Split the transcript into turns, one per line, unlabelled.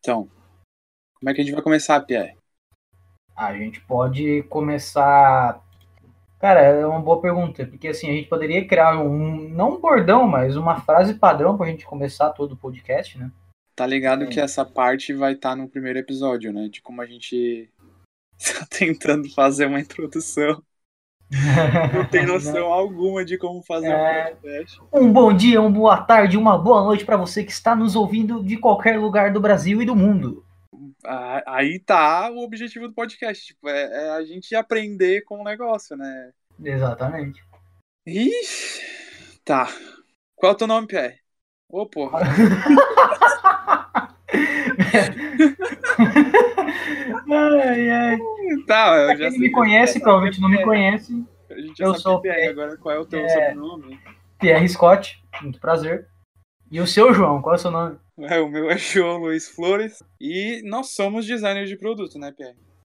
Então, como é que a gente vai começar, Pierre?
A gente pode começar. Cara, é uma boa pergunta, porque assim, a gente poderia criar um, não um bordão, mas uma frase padrão pra gente começar todo o podcast, né?
Tá ligado que essa parte vai estar no primeiro episódio, né? De como a gente tá tentando fazer uma introdução. Não tem noção alguma de como fazer
Né? É.
um podcast.
Um bom dia, uma boa tarde, uma boa noite pra você que está nos ouvindo de qualquer lugar do Brasil e do mundo.
Ah, Aí tá o objetivo do podcast, tipo, é, é a gente aprender com o negócio, né?
Exatamente.
Ih, tá. Qual é o teu nome, Pierre? Ô, porra.
ai, ai.
Tá, eu já
Pra quem não
sei. É.
me conhece, provavelmente não me conhece,
A gente já
eu
sabe
sou o
quem é,
Pierre.
Agora, qual é o teu
É.
sobrenome?
Pierre Scott, muito prazer. E o seu, João, qual é o seu nome?
É, o meu é João Luiz Flores. E nós somos designers de produto, né, Pierre?